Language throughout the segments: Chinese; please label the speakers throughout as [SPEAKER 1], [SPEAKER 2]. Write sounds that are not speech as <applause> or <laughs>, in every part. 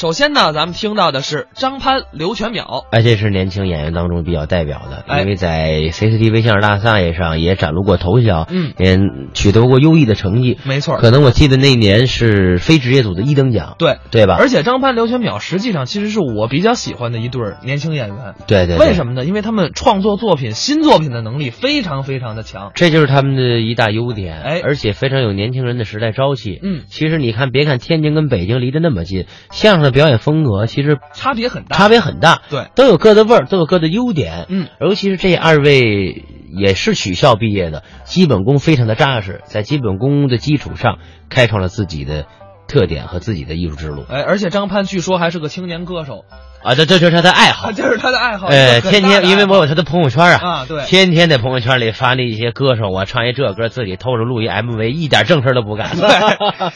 [SPEAKER 1] 首先呢，咱们听到的是张潘、刘全淼，
[SPEAKER 2] 哎，这是年轻演员当中比较代表的，
[SPEAKER 1] 哎
[SPEAKER 2] 因为在 CCTV 相声大赛上也崭露过头角，
[SPEAKER 1] 嗯
[SPEAKER 2] 也取得过优异的成绩。
[SPEAKER 1] 没错儿，
[SPEAKER 2] 可能我记得那年是非职业组的一等奖，
[SPEAKER 1] 对。
[SPEAKER 2] 对吧？
[SPEAKER 1] 而且张潘、刘全淼实际上其实是我比较喜欢的一对儿年轻演员，
[SPEAKER 2] 对对对，
[SPEAKER 1] 为什
[SPEAKER 2] 么？
[SPEAKER 1] 么呢？因为他们创作作品、新作品的能力非常非常的强。
[SPEAKER 2] 这就是他们的一大优点，
[SPEAKER 1] 哎
[SPEAKER 2] 而且非常有年轻人的时代朝气。
[SPEAKER 1] 嗯，
[SPEAKER 2] 其实你看，别看天津跟北京离得那么近，相声的表演风格其实
[SPEAKER 1] 差别很大
[SPEAKER 2] 差别很大，
[SPEAKER 1] 对，
[SPEAKER 2] 都有各的味儿，都有各的优点。
[SPEAKER 1] 嗯，
[SPEAKER 2] 尤其是这二位也是曲校毕业的，基本功非常的扎实，在基本功的基础上，开创了自己的特点和自己的艺术之路
[SPEAKER 1] 哎，而且张潘据说还是个青年歌手， <laughs>
[SPEAKER 2] 啊，这这就是他的爱好
[SPEAKER 1] 啊，。这是他的爱好。
[SPEAKER 2] 呃，
[SPEAKER 1] 一个
[SPEAKER 2] 天
[SPEAKER 1] 很大的
[SPEAKER 2] 天因为
[SPEAKER 1] 爱好
[SPEAKER 2] 我有他的朋友圈啊，
[SPEAKER 1] 啊，对，
[SPEAKER 2] 天天在朋友圈里发那些歌手，我唱一这歌，自己偷着录一 MV，一点正事儿都
[SPEAKER 1] <laughs>
[SPEAKER 2] 不
[SPEAKER 1] <laughs>
[SPEAKER 2] 干。
[SPEAKER 1] 对，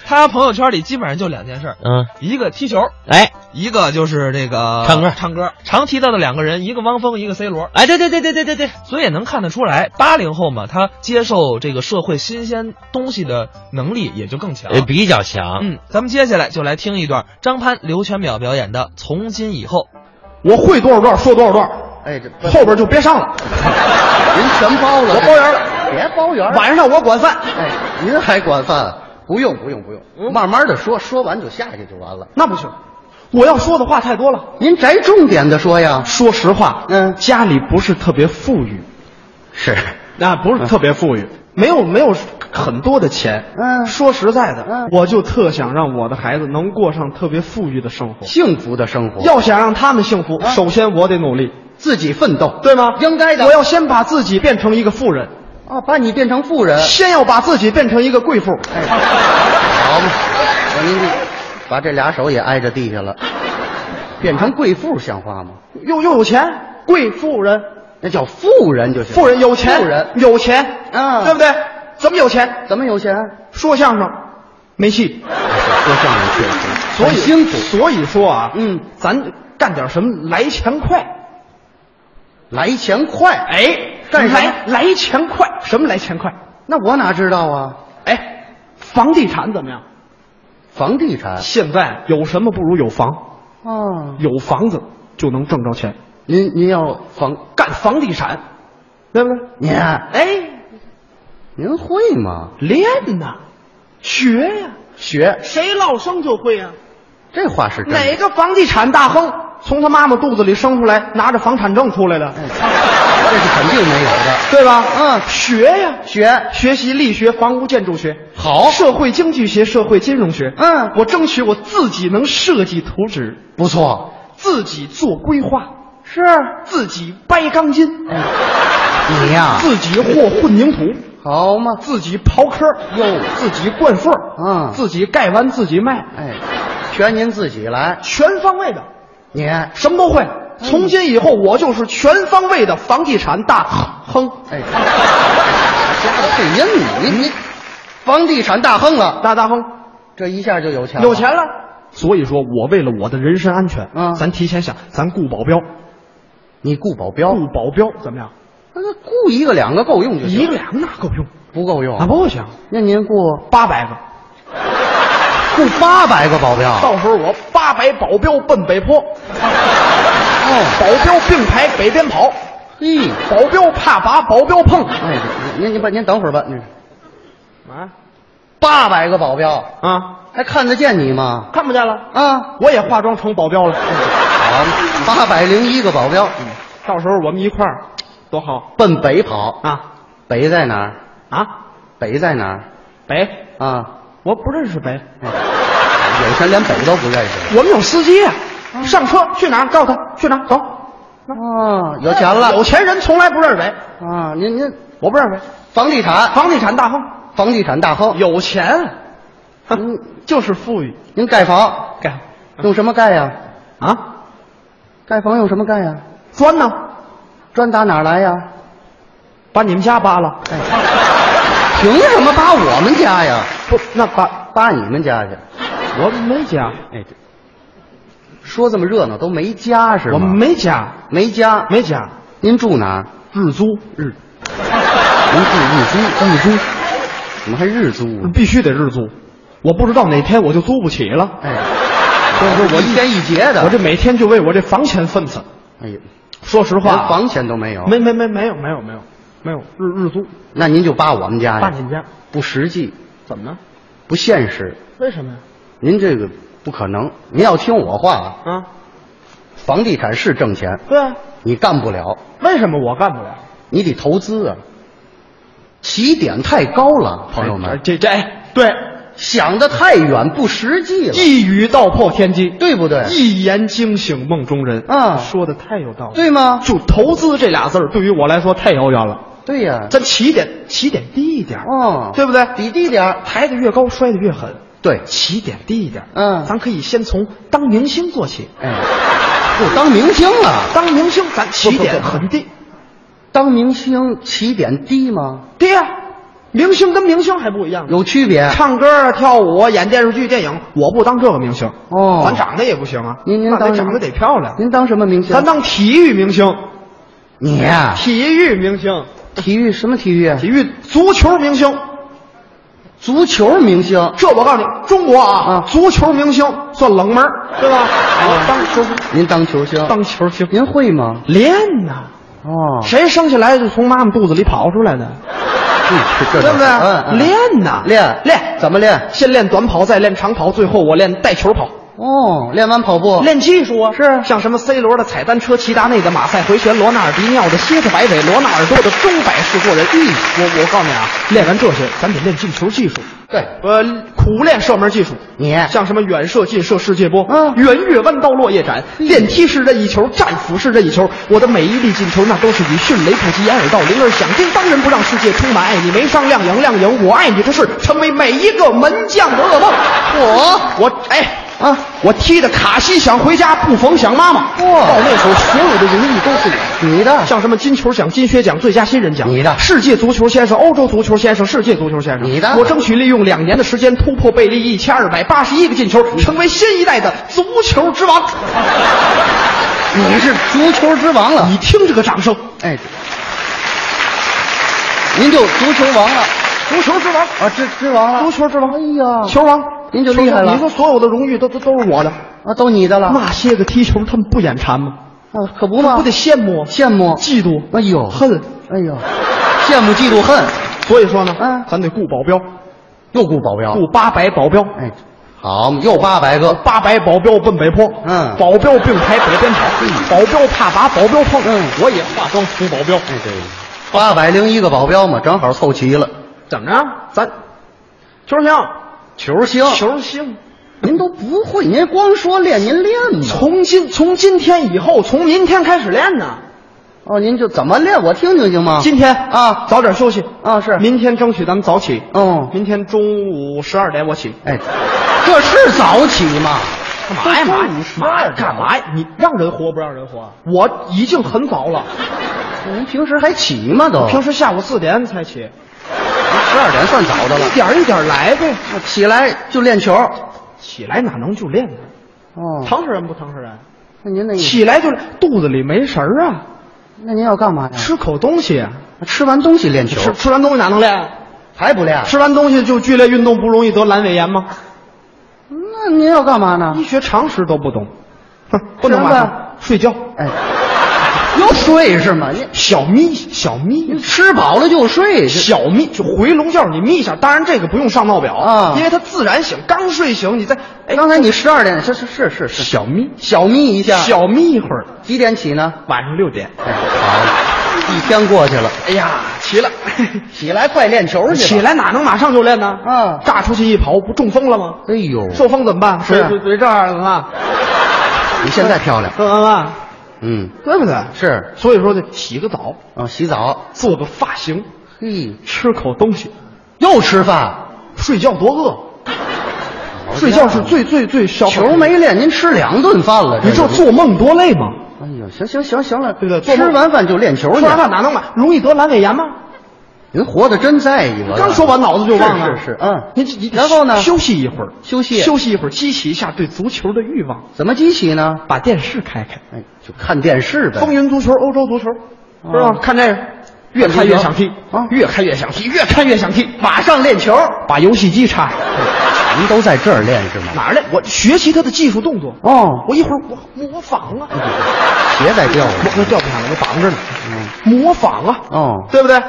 [SPEAKER 1] 他朋友圈里基本上就两件事儿，
[SPEAKER 2] 嗯，
[SPEAKER 1] 一个踢球，
[SPEAKER 2] 哎
[SPEAKER 1] 一个就是这个
[SPEAKER 2] 唱歌
[SPEAKER 1] 唱歌。常提到的两个人，一个汪峰，一个 C 罗，
[SPEAKER 2] 哎，对对对对对对对，
[SPEAKER 1] 所以也能看得出来，八零后嘛，他接受这个社会新鲜东西的能力也就更强。
[SPEAKER 2] 呃，比较强。
[SPEAKER 1] 嗯，咱们接下来就来听一段张潘、刘全淼表演的《从今以后》。
[SPEAKER 3] 我会多少段说多少段，
[SPEAKER 4] 哎，这不
[SPEAKER 3] 后边就别上了。
[SPEAKER 4] 您全包了，
[SPEAKER 3] 我包圆儿
[SPEAKER 4] 别包圆儿。
[SPEAKER 3] 晚上我管饭，
[SPEAKER 4] 哎，您还管饭？不用不用不用，慢慢的说，说完就下去就完了。
[SPEAKER 3] 那不行，我要说的话太多了。
[SPEAKER 4] 您摘重点的说呀。
[SPEAKER 3] 说实话，
[SPEAKER 4] 嗯
[SPEAKER 3] 家里不是特别富裕，
[SPEAKER 4] 是，
[SPEAKER 3] 那不是特别富裕，没有没有很多的钱。
[SPEAKER 4] 嗯
[SPEAKER 3] 说实在的，
[SPEAKER 4] 嗯
[SPEAKER 3] 我就特想让我的孩子能过上特别富裕的生活。
[SPEAKER 4] 幸福的生活
[SPEAKER 3] 要想让他们幸福，
[SPEAKER 4] 啊
[SPEAKER 3] 首先我得努力，
[SPEAKER 4] 自己奋斗，
[SPEAKER 3] 对吗？
[SPEAKER 4] 应该的。
[SPEAKER 3] 我要先把自己变成一个富人，
[SPEAKER 4] 啊，把你变成富人，
[SPEAKER 3] 先要把自己变成一个贵妇。
[SPEAKER 4] 好嘛？我您这把这俩手也挨着地下了，变成贵妇像话吗？
[SPEAKER 3] 又又有钱，贵妇人。
[SPEAKER 4] 那叫富人就行。
[SPEAKER 3] 富人有钱，
[SPEAKER 4] 富人
[SPEAKER 3] 有钱，
[SPEAKER 4] 嗯
[SPEAKER 3] 对不对？怎么有钱？
[SPEAKER 4] 怎么有钱？啊
[SPEAKER 3] 说相声没戏，
[SPEAKER 4] 说相声确实，
[SPEAKER 3] 所以
[SPEAKER 4] 很辛苦。
[SPEAKER 3] 所以说啊，
[SPEAKER 4] 嗯，
[SPEAKER 3] 咱干点什么来钱快，
[SPEAKER 4] 来钱快，
[SPEAKER 3] 哎，
[SPEAKER 1] 嗯
[SPEAKER 4] 干什么
[SPEAKER 3] 来来钱快，什么来钱快？
[SPEAKER 4] 那我哪知道啊？
[SPEAKER 3] 哎，房地产怎么样？
[SPEAKER 4] 房地产
[SPEAKER 3] 现在有什么不如有房？
[SPEAKER 4] 啊，
[SPEAKER 3] 有房子就能挣着钱，
[SPEAKER 4] 您您要房，
[SPEAKER 3] 干房地产，对不对？
[SPEAKER 4] 您
[SPEAKER 3] 哎，
[SPEAKER 4] 您会吗？
[SPEAKER 3] 练呐，学呀、
[SPEAKER 4] 学
[SPEAKER 3] 谁落生就会呀、
[SPEAKER 4] 这话是真的
[SPEAKER 3] 哪个房地产大亨从他妈妈肚子里生出来，拿着房产证出来的，
[SPEAKER 4] 嗯这是肯定没有的。
[SPEAKER 3] 对吧？
[SPEAKER 4] 嗯
[SPEAKER 3] 学呀，
[SPEAKER 4] 学
[SPEAKER 3] 学习力学、房屋建筑学，
[SPEAKER 4] 好
[SPEAKER 3] 社会经济学、社会金融学。
[SPEAKER 4] 嗯
[SPEAKER 3] 我争取我自己能设计图纸，
[SPEAKER 4] 不错，
[SPEAKER 3] 自己做规划，
[SPEAKER 4] 是嗯
[SPEAKER 3] 自己掰钢筋，
[SPEAKER 4] 你呀，
[SPEAKER 3] 自己和混凝土，
[SPEAKER 4] 好嘛？
[SPEAKER 3] 自己刨坑，
[SPEAKER 4] 哟
[SPEAKER 3] 自己灌缝，
[SPEAKER 4] 嗯
[SPEAKER 3] 自己盖完自己卖，
[SPEAKER 4] 哎，全您自己来，
[SPEAKER 3] 全方位的，
[SPEAKER 4] 您
[SPEAKER 3] 什么都会。
[SPEAKER 4] 嗯
[SPEAKER 3] 从今以后，我就是全方位的房地产大亨。
[SPEAKER 4] <laughs> 哎，加的配音呢？您您房地产大亨了，
[SPEAKER 3] 大大亨，啊
[SPEAKER 4] 这一下就有钱，
[SPEAKER 3] 有，钱了。所以说我为了我的人身安全，
[SPEAKER 4] 嗯
[SPEAKER 3] 咱提前想，咱雇保镖，
[SPEAKER 4] 你雇保镖，
[SPEAKER 3] 雇保镖怎么样？
[SPEAKER 4] 那雇一个两个够用就行，哦
[SPEAKER 3] 一个两个哪够用？
[SPEAKER 4] 不够用
[SPEAKER 3] 那，啊不行，
[SPEAKER 4] 那您雇
[SPEAKER 3] 八百个。
[SPEAKER 4] 雇八百个保镖，
[SPEAKER 3] 到时候我八百保镖奔北坡，
[SPEAKER 4] 哦，
[SPEAKER 3] 保镖并排北边跑，
[SPEAKER 4] 嘿。
[SPEAKER 3] 保镖怕拔，保镖碰。
[SPEAKER 4] 哎，您您把您等会儿吧，您
[SPEAKER 3] 啊
[SPEAKER 4] 八百个保镖
[SPEAKER 3] 啊，
[SPEAKER 4] 还看得见你吗？
[SPEAKER 3] 看不见了，
[SPEAKER 4] 啊，
[SPEAKER 3] 我也化妆成保镖了。
[SPEAKER 4] 好，八百零一个保镖
[SPEAKER 3] 到时候我们一块儿，多好
[SPEAKER 4] 奔北跑，
[SPEAKER 3] 啊
[SPEAKER 4] 北在哪儿？
[SPEAKER 3] 啊！
[SPEAKER 4] 北在哪儿？
[SPEAKER 3] 北，
[SPEAKER 4] 啊，
[SPEAKER 3] 我不认识北，
[SPEAKER 4] 有些连北都不认识。
[SPEAKER 3] 我们有司机啊。
[SPEAKER 4] 嗯
[SPEAKER 3] 上车去哪儿？告诉他去哪儿走。
[SPEAKER 4] 啊，有钱了，
[SPEAKER 3] 有钱人从来不认识北。
[SPEAKER 4] 啊！您您
[SPEAKER 3] 我不认为，
[SPEAKER 4] 房地产，
[SPEAKER 3] 房地产大亨
[SPEAKER 4] 房地产大亨，
[SPEAKER 3] 有钱，
[SPEAKER 4] 嗯
[SPEAKER 3] 就是富裕。
[SPEAKER 4] 您盖房
[SPEAKER 3] 干
[SPEAKER 4] 用什么盖呀？
[SPEAKER 3] 啊，
[SPEAKER 4] 盖房用什么盖呀？
[SPEAKER 3] 砖呢？
[SPEAKER 4] 砖打哪儿来呀？
[SPEAKER 3] 把你们家扒了？
[SPEAKER 4] 凭什么扒我们家呀？
[SPEAKER 3] 不，那把
[SPEAKER 4] 扒你们家去？
[SPEAKER 3] 我没家，
[SPEAKER 4] 哎，这说这么热闹都没家是吗？
[SPEAKER 3] 我没家，
[SPEAKER 4] 没家，
[SPEAKER 3] 没家，
[SPEAKER 4] 您住哪儿？
[SPEAKER 3] 日租日
[SPEAKER 4] 您住日租，日租，怎么还日租啊？
[SPEAKER 3] 必须得日租，我不知道哪天我就租不起了。
[SPEAKER 4] 哎，不是我一天一节哎的，
[SPEAKER 3] 我这每天就为我这房钱愤懑。
[SPEAKER 4] 哎呦，
[SPEAKER 3] 说实话
[SPEAKER 4] 连
[SPEAKER 3] 啊，
[SPEAKER 4] 房哦钱都没有，
[SPEAKER 3] 没没没没有没有没有没有日日租，
[SPEAKER 4] 那您就扒我们家
[SPEAKER 3] 爸
[SPEAKER 4] 哎呀，
[SPEAKER 3] 你们家
[SPEAKER 4] 不实际，
[SPEAKER 3] 怎么呢？
[SPEAKER 4] 不现实，
[SPEAKER 3] 为什么呀？
[SPEAKER 4] 您这个不可能。您要听我话啊，
[SPEAKER 3] 啊，
[SPEAKER 4] 房地产是挣钱，
[SPEAKER 3] 对啊，
[SPEAKER 4] 你干不了，
[SPEAKER 3] 为什么我干不了？
[SPEAKER 4] 你得投资啊，起点太高了，朋友们，
[SPEAKER 3] 这这哎对，
[SPEAKER 4] 想的太远，不实际了，
[SPEAKER 3] 一语道破天机，
[SPEAKER 4] 对不对？
[SPEAKER 3] 一言惊醒梦中人
[SPEAKER 4] 啊
[SPEAKER 3] 说的太有道理。
[SPEAKER 4] 对吗？
[SPEAKER 3] 就投资这俩字儿，对于我来说太遥远了。
[SPEAKER 4] 对呀，
[SPEAKER 3] 咱起点起点低一点儿，
[SPEAKER 4] 哦
[SPEAKER 3] 对不对？
[SPEAKER 4] 比低点儿
[SPEAKER 3] 抬得越高，摔得越狠。
[SPEAKER 4] 对，
[SPEAKER 3] 起点低一点儿，
[SPEAKER 4] 嗯
[SPEAKER 3] 咱可以先从当明星做起。
[SPEAKER 4] 哎，不当明星了，
[SPEAKER 3] 当明星，咱起点
[SPEAKER 4] 不不不
[SPEAKER 3] 很低，
[SPEAKER 4] 当明星起点低吗？
[SPEAKER 3] 低啊！明星跟明星还不一样呢，
[SPEAKER 4] 有区别。
[SPEAKER 3] 唱歌啊、跳舞啊、演电视剧、电影，我不当这个明星
[SPEAKER 4] 哦
[SPEAKER 3] 咱长得也不行啊，
[SPEAKER 4] 您您
[SPEAKER 3] 那
[SPEAKER 4] 当
[SPEAKER 3] 得长得得漂亮，
[SPEAKER 4] 您当什么明星？
[SPEAKER 3] 咱当体育明星，
[SPEAKER 4] 你呀、
[SPEAKER 3] 体育明星，
[SPEAKER 4] 体育什么体育啊？
[SPEAKER 3] 体育足球明星，
[SPEAKER 4] 足球明星。
[SPEAKER 3] 这我告诉你，中国啊，
[SPEAKER 4] 啊
[SPEAKER 3] 足球明星算冷门儿，对吧？
[SPEAKER 4] 哎
[SPEAKER 3] 我当球
[SPEAKER 4] 您当球星？
[SPEAKER 3] 当球星，
[SPEAKER 4] 您会吗？
[SPEAKER 3] 练呐，
[SPEAKER 4] 哦，
[SPEAKER 3] 谁生下来就从妈妈肚子里跑出来的，
[SPEAKER 4] 这这
[SPEAKER 3] 对不
[SPEAKER 4] 嗯
[SPEAKER 3] 对？
[SPEAKER 4] 嗯
[SPEAKER 3] 练呐，
[SPEAKER 4] 练
[SPEAKER 3] 练，
[SPEAKER 4] 怎么练？
[SPEAKER 3] 先练短跑，再练长跑，最后我练带球跑。
[SPEAKER 4] 哦，练完跑步。
[SPEAKER 3] 练技术啊，
[SPEAKER 4] 是
[SPEAKER 3] 像什么 C 罗的踩单车、齐达内的马赛回旋、罗纳尔迪尼奥的蝎子摆尾、罗纳尔多的钟摆式过人。嗯，我我告诉你啊，练完这些，咱得练进球技术，
[SPEAKER 4] 对，
[SPEAKER 3] 呃，苦练射门技术。
[SPEAKER 4] 你
[SPEAKER 3] 像什么远射、近射、世界波，
[SPEAKER 4] 嗯
[SPEAKER 3] 圆月弯刀、落叶斩，电梯式任意球、战斧式任意球，我的每一粒进球，那都是以迅雷不及掩耳盗铃而响叮当，人不让世界充满爱你，没商量，杨亮赢，我爱你，这是成为每一个门将的噩梦。我我哎
[SPEAKER 4] 啊，
[SPEAKER 3] 我踢的卡西想回家，布冯想妈妈。
[SPEAKER 4] 哇
[SPEAKER 3] 到那会儿所有的荣誉都是我的。
[SPEAKER 4] 你的
[SPEAKER 3] 像什么金球奖、金靴奖、最佳新人奖，
[SPEAKER 4] 你的
[SPEAKER 3] 世界足球先生、欧洲足球先生、世界足球先生，
[SPEAKER 4] 你的
[SPEAKER 3] 我争取利用两年的时间突破贝利一千二百八十一个进球，成为新一代的足球之王。
[SPEAKER 4] 你是足球之王了。
[SPEAKER 3] 你听这个掌声，
[SPEAKER 4] 哎，您就足球王了
[SPEAKER 3] 足球之王，
[SPEAKER 4] 啊，之之王了，
[SPEAKER 3] 足球之王，
[SPEAKER 4] 哎呀
[SPEAKER 3] 球王，
[SPEAKER 4] 您就厉害
[SPEAKER 3] 球
[SPEAKER 4] 了
[SPEAKER 3] 王你说所有的荣誉都都都是我的，
[SPEAKER 4] 啊，都你的了。
[SPEAKER 3] 那些个踢球他们不眼馋吗？
[SPEAKER 4] 啊，可不嘛，
[SPEAKER 3] 不得羡慕我、
[SPEAKER 4] 羡慕。
[SPEAKER 3] 嫉妒、
[SPEAKER 4] 哎呦，
[SPEAKER 3] 恨。
[SPEAKER 4] 哎呦，羡慕嫉妒恨，
[SPEAKER 3] 所以说呢，
[SPEAKER 4] 嗯
[SPEAKER 3] 咱得雇保镖，
[SPEAKER 4] 又雇保镖
[SPEAKER 3] 雇八百保镖，
[SPEAKER 4] 哎，好嘛，又八百个。
[SPEAKER 3] 八百保镖奔北坡，
[SPEAKER 4] 嗯
[SPEAKER 3] 保镖并排北边跑，保镖怕把保镖碰，
[SPEAKER 4] 嗯
[SPEAKER 3] 我也化妆服保镖，
[SPEAKER 4] 哎，对，八百零一个保镖嘛，正好凑齐了。
[SPEAKER 3] 怎么着？咱球星，
[SPEAKER 4] 哦球星，
[SPEAKER 3] 球星，
[SPEAKER 4] 您都不会，您光说练，您练吗？
[SPEAKER 3] 从今从今天以后，从明天开始练呢。
[SPEAKER 4] 哦，您就怎么练，我听听行吗？
[SPEAKER 3] 今天
[SPEAKER 4] 啊
[SPEAKER 3] 早点休息
[SPEAKER 4] 啊是
[SPEAKER 3] 明天争取咱们早起，
[SPEAKER 4] 哦
[SPEAKER 3] 明天中午十二点我起。
[SPEAKER 4] 哎，这是早起吗？
[SPEAKER 3] 干嘛呀？妈
[SPEAKER 4] 都中午
[SPEAKER 3] 呀
[SPEAKER 4] 十
[SPEAKER 3] 妈
[SPEAKER 4] 二
[SPEAKER 3] 呀？
[SPEAKER 4] 点
[SPEAKER 3] 哎干嘛呀？你让人活不让人活啊？我已经很早了，
[SPEAKER 4] 您平时还起吗都？
[SPEAKER 3] 平时下午四点才起，
[SPEAKER 4] 十二点算早的了
[SPEAKER 3] 一。点儿一点儿来呗。
[SPEAKER 4] 起来就练球。
[SPEAKER 3] 起来哪能就练呢？
[SPEAKER 4] 哦，
[SPEAKER 3] 疼死人不疼死人？
[SPEAKER 4] 那您那
[SPEAKER 3] 起来就肚子里没神儿啊，
[SPEAKER 4] 那您要干嘛呀？
[SPEAKER 3] 吃口东西啊，
[SPEAKER 4] 吃完东西练球，
[SPEAKER 3] 吃吃完东西哪能练啊？
[SPEAKER 4] 还不练？
[SPEAKER 3] 吃完东西就剧烈运动不容易得阑尾炎吗？
[SPEAKER 4] 那您要干嘛呢
[SPEAKER 3] 医？学常识都不懂，哼，不能晚
[SPEAKER 4] 吃完
[SPEAKER 3] 上睡觉。
[SPEAKER 4] 哎，有哎睡是吗？您
[SPEAKER 3] 小眯小眯
[SPEAKER 4] 您，吃饱了就睡，这
[SPEAKER 3] 小眯就回笼觉，你眯一下。当然这个不用上闹表
[SPEAKER 4] 啊
[SPEAKER 3] 因为它自然醒，刚睡醒你再哎
[SPEAKER 4] 刚才你十二点是是是是是
[SPEAKER 3] 小眯
[SPEAKER 4] 小眯一下，
[SPEAKER 3] 小眯一会儿，
[SPEAKER 4] 几点起呢？
[SPEAKER 3] 晚上六点。
[SPEAKER 4] 哎，好，一天过去了，
[SPEAKER 3] 哎呀，齐了。
[SPEAKER 4] 起来快练球去吧
[SPEAKER 3] 起！来哪能马上就练呢？
[SPEAKER 4] 啊
[SPEAKER 3] 炸出去一跑，不中风了吗？
[SPEAKER 4] 哎呦，
[SPEAKER 3] 受风怎么办？
[SPEAKER 4] 是啊
[SPEAKER 3] 嘴嘴这儿怎么办？
[SPEAKER 4] 你现在漂亮，
[SPEAKER 3] 怎么办？
[SPEAKER 4] 嗯，
[SPEAKER 3] 对不对？
[SPEAKER 4] 是
[SPEAKER 3] 所以说得洗个澡，
[SPEAKER 4] 啊，洗澡，
[SPEAKER 3] 做个发型，
[SPEAKER 4] 嘿，
[SPEAKER 3] 吃口东西，
[SPEAKER 4] 又吃饭，
[SPEAKER 3] 睡觉多饿，睡觉是最最最消耗
[SPEAKER 4] 球
[SPEAKER 3] 体力
[SPEAKER 4] 没练，您吃两顿饭了，
[SPEAKER 3] 你
[SPEAKER 4] 这
[SPEAKER 3] 知道
[SPEAKER 4] 就
[SPEAKER 3] 做梦多累吗？
[SPEAKER 4] 哎呦，行行行行了，
[SPEAKER 3] 对对做梦
[SPEAKER 4] 吃完饭就练球去
[SPEAKER 3] 吃。完饭哪能买？啊容易得阑尾炎吗？
[SPEAKER 4] 您活得真在意，我啊
[SPEAKER 3] 刚说完脑子就忘了。
[SPEAKER 4] 是是是，嗯，
[SPEAKER 3] 你你
[SPEAKER 4] 然后呢？
[SPEAKER 3] 休息一会儿，
[SPEAKER 4] 休息
[SPEAKER 3] 休息一会儿，激起一下对足球的欲望，
[SPEAKER 4] 怎么激起呢？
[SPEAKER 3] 把电视开开，
[SPEAKER 4] 哎，就看电视呗。
[SPEAKER 3] 风云足球、欧洲足球，
[SPEAKER 4] 哦
[SPEAKER 3] 是吧？看这个，越看越想踢
[SPEAKER 4] 啊
[SPEAKER 3] 越看越想踢，越看越想踢，马上
[SPEAKER 4] 上练球，
[SPEAKER 3] 把游戏机插上，
[SPEAKER 4] 您都在这儿练是吗？
[SPEAKER 3] 哪儿来？我学习他的技术动作。
[SPEAKER 4] 哦，
[SPEAKER 3] 我一会儿我模仿啊，
[SPEAKER 4] 鞋在掉
[SPEAKER 3] 我那
[SPEAKER 4] 了。
[SPEAKER 3] <laughs> 掉不下来，我绑着呢。
[SPEAKER 4] 嗯，
[SPEAKER 3] 模仿啊，
[SPEAKER 4] 哦，
[SPEAKER 3] 对不对？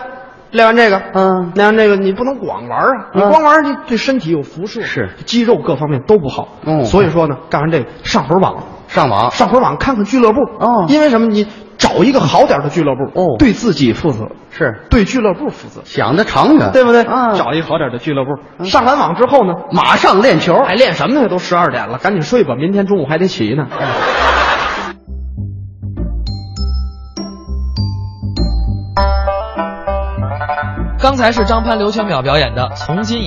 [SPEAKER 3] 练完这个，
[SPEAKER 4] 嗯
[SPEAKER 3] 练完这个你不能光玩啊，你
[SPEAKER 4] 嗯
[SPEAKER 3] 光玩你对身体有辐射，
[SPEAKER 4] 是
[SPEAKER 3] 肌肉各方面都不好。
[SPEAKER 4] 嗯
[SPEAKER 3] 所以说呢，干完这个上会儿网，
[SPEAKER 4] 上网。
[SPEAKER 3] 上会儿网看看俱乐部。
[SPEAKER 4] 啊哦
[SPEAKER 3] 因为什么？你找一个好点儿的俱乐部，
[SPEAKER 4] 哦
[SPEAKER 3] 对自己负责，
[SPEAKER 4] 是
[SPEAKER 3] 对俱乐部负责，
[SPEAKER 4] 想得长远，
[SPEAKER 3] 对不对？
[SPEAKER 4] 啊，
[SPEAKER 3] 找一个好点儿的俱乐部。上完网之后呢，
[SPEAKER 4] 马上练球。
[SPEAKER 3] 哎，练什么呢？都十二点了，赶紧睡吧，明天中午还得起呢。
[SPEAKER 1] 刚才是张潘刘全淼表演的《从今以后》。